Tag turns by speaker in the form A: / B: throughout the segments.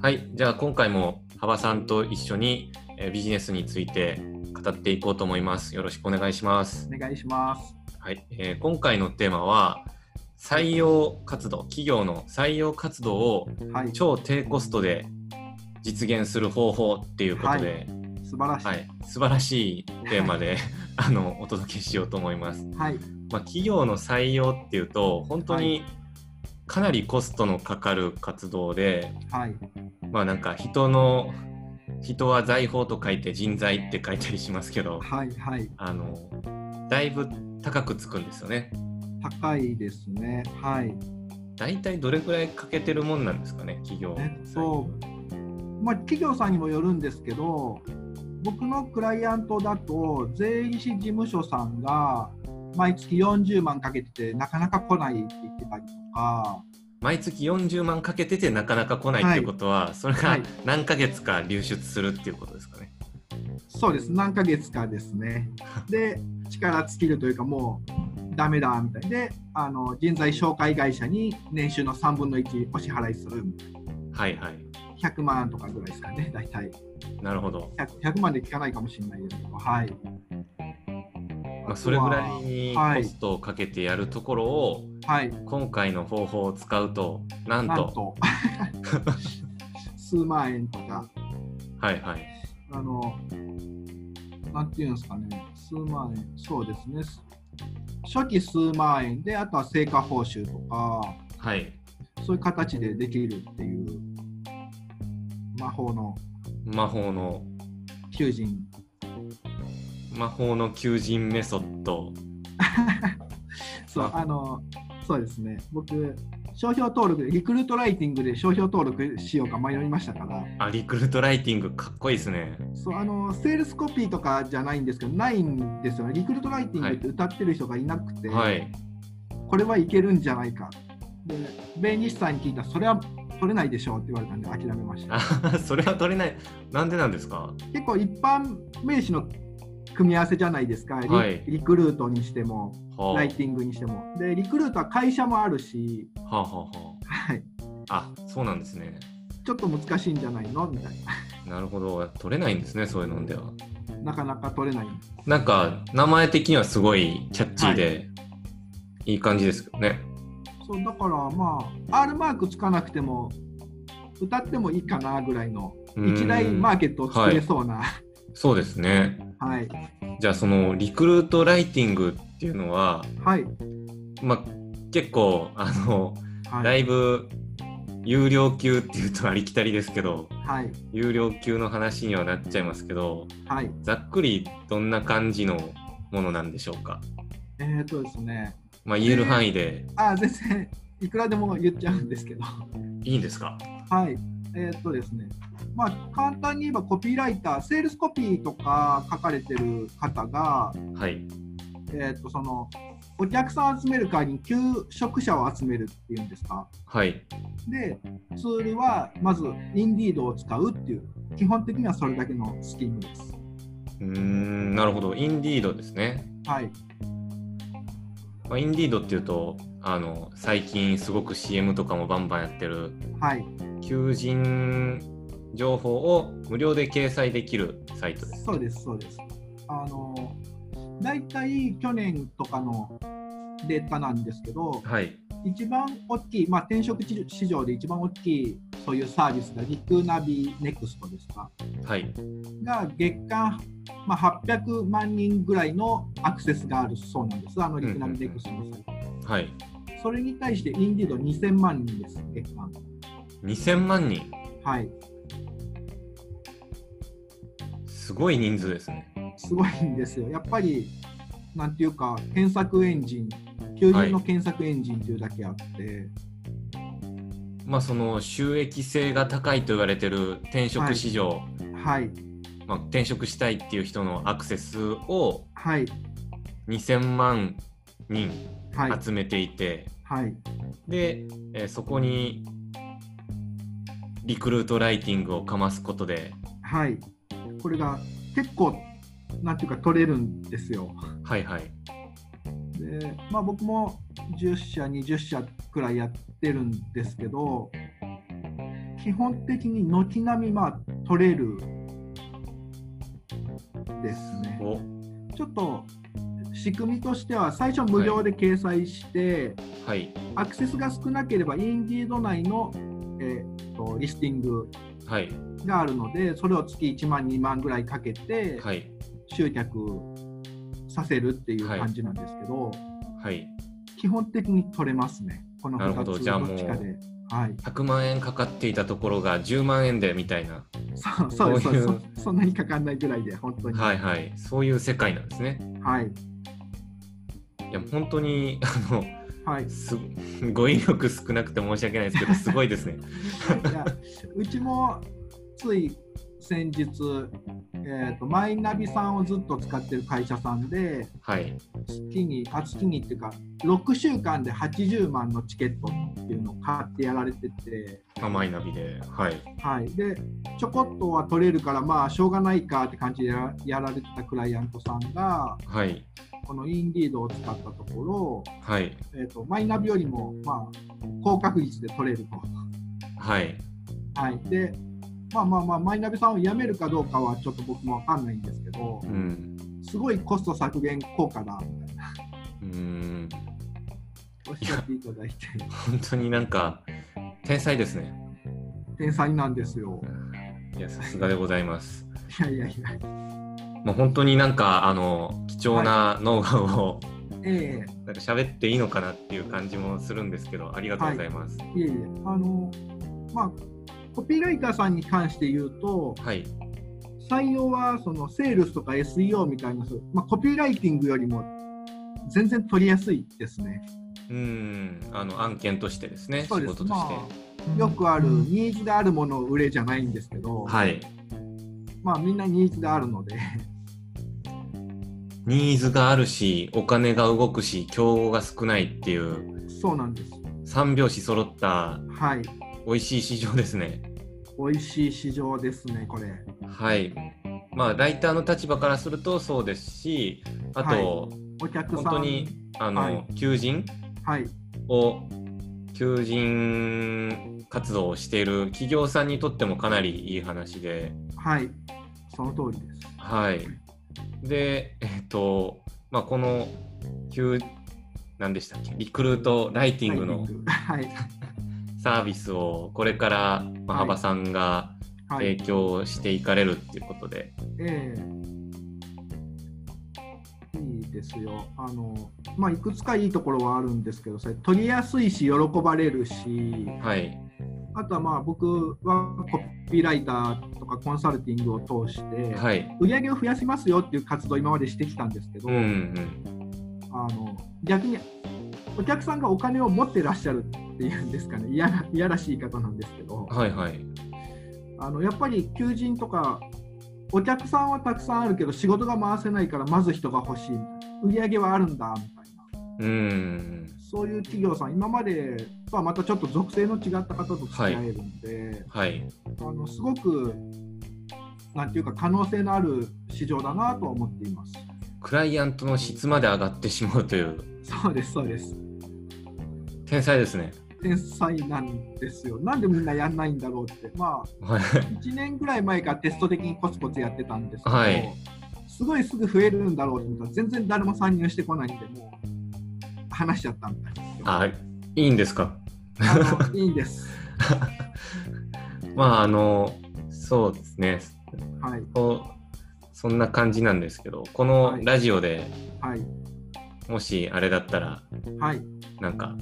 A: はい、じゃあ今回も幅さんと一緒にえービジネスについて語っていこうと思います。よろしくお願いします。
B: お願いします。
A: はい、えー今回のテーマは採用活動、企業の採用活動を
B: はい、素
A: 超低コストで実現する方法っていうことで、
B: 晴らしい。
A: は、
B: はい
A: 素晴らしいテーマで あのお届けしようと思います。
B: い、
A: まあ、企業の採用っていうと本当にかなりコストのかかる活動で、
B: はい、
A: まあなんか人の人は財宝と書いて人材って書いたりしますけど
B: はい、はい、
A: あのだいぶ高くつくんですよね。
B: 高いですね。はい。
A: 大体どれくらいかけてるもんなんですかね企業。
B: えっとまあ、企業さんにもよるんですけど、僕のクライアントだと、税理士事務所さんが毎月40万かけてて、なかなか来ないって言ってたりとか、
A: 毎月40万かけててなかなか来ないっていうことは、それ
B: は
A: が
B: い
A: 何ヶ月か流出するっていうことですかね。
B: そうです、何ヶ月かですね。で、力尽きるというか、もうダメだみたいで、あの人材紹介会社に年収の3分の1お支払いするみたいな
A: はいはい。
B: 100万とかぐらいですかね、大体。
A: なるほど。
B: 100, 100万で聞かないかもしれないですけど、はい。
A: まあ、それぐらいに
B: はい
A: コストをかけてやるところを、
B: はい、
A: 今回の方法を使うとなんと
B: なんと、 数万円とか、
A: はいはい
B: あの、なんていうんですかね、数万円、そうですね、初期数万円で、あとは成果報酬とか、
A: はい
B: そういう形でできるっていう、魔法の
A: 魔法の
B: 求人。
A: 魔法の求人メソッド
B: そう、あの、そうですね、僕、商標登録で、リクルートライティングで商標登録しようか迷いましたから、
A: あリクルートライティングかっこいいですね
B: そうあのセールスコピーとかじゃないんですけど、ないんですよね、リクルートライティングって歌ってる人がいなくて、
A: はい
B: これはいけるんじゃないか、で弁理士さんに聞いたら、それは取れないでしょうって言われたんで、諦めました。
A: あそれは取れないなんでなんですか
B: 結構、一般名詞の組み合わせじゃないですか、リ,、
A: はい
B: リクルートにしても、
A: は
B: ライティングにしても。で、リクルートは会社もあるし、
A: あ、はあは
B: はい、
A: あはあ、あそうなんですね
B: ちょっと難しいんじゃないのみたい
A: なるほど取れないんですねそういうのでは
B: な、なかなか取れない。
A: なんか名前的にはすごいキャッチーで、い、い感じですけどね
B: そうだから、まあ、R マークつかなくても、歌ってもいいかなぐらいの。
A: うん
B: 一大マーケットを作れそうな、は
A: そうですね
B: い、
A: じゃあそのリクルートライティングっていうのは
B: はい、
A: まあ、結構あの、
B: は
A: だ
B: い、
A: いぶ有料級っていうとありきたりですけど
B: はい、
A: 有料級の話にはなっちゃいますけど
B: はい、
A: ざっくりどんな感じのものなんでしょうか、
B: えー、とですね、
A: まあ、言える範囲で
B: あー、全然 いくらでも言っちゃうんですけど、
A: いいんですか
B: はい、えー、とですね、まあ、簡単に言えばコピーライター、セールスコピーとか書かれてる方が、
A: はい
B: えー、とそのお客さんを集める会に求職者を集めるっていうんですか。
A: はい
B: で、ツールはまずインディードを使うっていう、基本的にはそれだけのスキームです。
A: うーんなるほどインディードですね、
B: はい、
A: まあ、インディードっていうとあの最近すごく CM とかもバンバンやってる
B: はい、
A: 求人情報を無料で掲載できるサイトです
B: そうです、そうです。あの、大体去年とかのデータなんですけど、
A: はい
B: 一番大きい、まあ、転職市場で一番大きいそういうサービスが、リクナビネクストですか、
A: はい
B: が月間、まあ、800万人ぐらいのアクセスがあるそうなんです、あのリクナビネクストのサイト。
A: はい
B: それに対して、インディード2000万人です、月間。
A: 2000万人
B: はい、
A: すごい人数ですね。
B: すごいんですよ。やっぱり、なんていうか、検索エンジン、求人の検索エンジンというだけあって。
A: まあその収益性が高いと言われてる転職市場、
B: はい、
A: まあ、転職したいっていう人のアクセスを
B: はい、
A: 2000万人
B: はい、
A: 集めていて、
B: はい、
A: で、えーそこにリクルートライティングをかますことで、
B: はい。これが結構、なんていうか、取れるんですよ。
A: はいはい、
B: で、まあ、僕も10社、20社くらいやってるんですけど、基本的に軒並み、まあ、取れるですね。
A: お
B: ちょっと仕組みとしては、最初無料で掲載して、
A: はい
B: アクセスが少なければ、インディード内の、えー、とリスティング
A: はい
B: があるので、それを月1万、2万ぐらいかけて、
A: はい
B: 集客させるっていう感じなんですけど、
A: はい
B: 基本的に取れますね、この
A: なるほど
B: 2つ
A: じゃあもう
B: どっちかで。 はい、
A: 100万円かかっていたところが10万円でみたいな
B: そうそうです
A: そ
B: そうう
A: い
B: で
A: う
B: すそそんなにかかんないぐらいで、本当に。
A: はいはいそういう世界なんですね
B: はい、
A: いや本当にあの
B: はい
A: す語彙力少なくて申し訳ないですけどすごいですね
B: いやうちもつい先日、えーと、マイナビさんをずっと使ってる会社さんで
A: はい
B: 月にあ月にっていうか6週間で80万のチケットっていうのを買ってやられてて、
A: 甘いナビではい
B: はい、でちょこっとは取れるからまあしょうがないかって感じでややられてたクライアントさんが
A: はい
B: このインディードを使ったところ、
A: はい
B: えーとマイナビよりもまあ高確率で取れると。
A: はい
B: はい、で、まあまあまあ、マイナビさんを辞めるかどうかはちょっと僕もわかんないんですけど
A: う、ん
B: すごいコスト削減効果だみたいな、
A: うーん
B: おっしゃっていただいて、
A: 本当になんか天才ですね
B: 天才なんですよ。
A: いやさすがでございます
B: いやいやいや、
A: もう本当になんかあの貴重なノウハウを
B: え
A: なんか喋っていいのかなっていう感じもするんですけどありがとうございます
B: えいえいえ、あの、まあ、コピーライターさんに関して言うと、
A: はい
B: 採用はそのセールスとか SEO みたいな、そうまあ、コピーライティングよりも全然取りやすいですね。
A: うーんあの案件としてですね仕
B: そうです
A: 事として、
B: まあよくあるニーズがあるものを売れじゃないんですけど、
A: はい
B: まあみんなニーズがあるので、
A: ニーズがあるしお金が動くし競合が少ないっていう
B: そうなんです。
A: 三拍子揃った
B: はい。
A: 美味しい市場ですね
B: 美味しい市場ですね、これ。
A: はいまあライターの立場からするとそうですしあと、
B: お客さん。
A: 本当に。あの、
B: はい
A: 求人
B: はい。
A: を求人活動をしている企業さんにとってもかなりいい話で、
B: はい。その通りです。
A: はい。で、えっと、まあ、この、求、何でしたっけ、リクルートライティングの
B: タイミングはい。
A: サービスを、これから、まあ、
B: はい
A: 幅さんが
B: は
A: 提
B: い。
A: 供していかれるっていうことで、
B: ええいいですよ。あの、まあ、いくつかいいところはあるんですけど、それ取りやすいし、喜ばれるし、
A: はい、
B: あとはまあ、僕はコピーライターとかコンサルティングを通して、
A: はい。
B: 売り上げを増やしますよっていう活動を今までしてきたんですけど、
A: うん、うん。
B: あの逆にお客さんがお金を持ってらっしゃるっていうんですかね、いやいやらしい言い方なんですけど、
A: はい、はい。
B: あのやっぱり求人とか、お客さんはたくさんあるけど、仕事が回せないから、まず人が欲しい、売り上げはあるんだみたい
A: う
B: な、
A: ん。
B: そういう企業さん、今までとはまたちょっと属性の違った方と付き合えるんで、
A: はい。
B: あのすごく、なんていうか、可能性のある市場だなとは思っています。
A: クライアントの質まで上がってしまうという、
B: そうです、そうです。
A: 天才です ね。
B: 天才なんですよ。なんでみんなやんないんだろうって。まあ
A: はい。
B: 1年ぐらい前からテスト的にコツコツやってたんですけど、
A: はい
B: すごいすぐ増えるんだろうと思ったら全然誰も参入してこないんでもう話しちゃったみたいですよ
A: あ、いいんですか
B: あのいいんです、
A: まああのそうですね
B: はい
A: こうそんな感じなんですけどこの
B: はい
A: ラジオで、
B: はい
A: もしあれだったら
B: はい、
A: なんか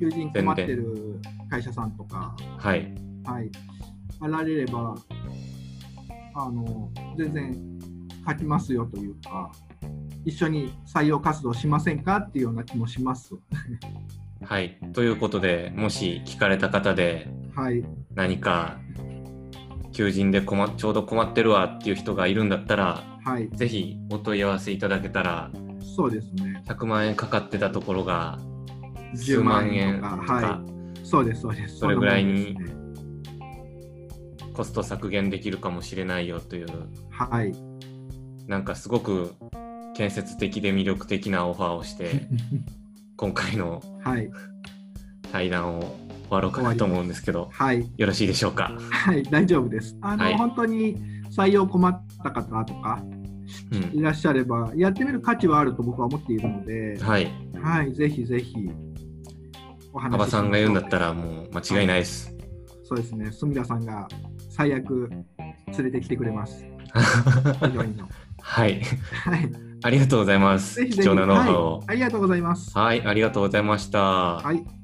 B: 求人困ってる会社さんとか、
A: はい
B: はい、あられればあの全然書きますよというか一緒に採用活動しませんかっていうような気もします。
A: はいということでもし聞かれた方で
B: はい、
A: 何か求人で困ちょうど困ってるわっていう人がいるんだったら
B: はい、
A: ぜひお問い合わせいただけたら
B: そうですね。
A: 100万円かかってたところが数
B: 10万
A: 万
B: 円
A: 円
B: と
A: と
B: か
A: か
B: はい、そうです、そうです。
A: それぐらいに
B: そんなもんで
A: コスト削減できるかもしれないよという
B: すね はい。
A: なんかすごく建設的で魅力的なオファーをして。今回の
B: はい、
A: 対談を終わろうかなと思うんですけど、
B: はい、
A: よろしいでしょうか。
B: はい、 大丈夫です。あの、
A: はい
B: 本当に採用困った方とか
A: うん、
B: いらっしゃれば、やってみる価値はあると僕は思っているので、
A: はい、
B: はい、ぜひぜひお話ししましょう
A: 馬場さんが言うんだったら、もう間違いないです。
B: そうですね、すみださんが最悪連れてきてくれます。非常にの
A: はい、
B: はい、
A: ありがとうございます。
B: ぜひ
A: 貴
B: ぜひ、
A: 重なノウハウ
B: は
A: を
B: い、。ありがとうございます。
A: はい、ありがとうございました。
B: はい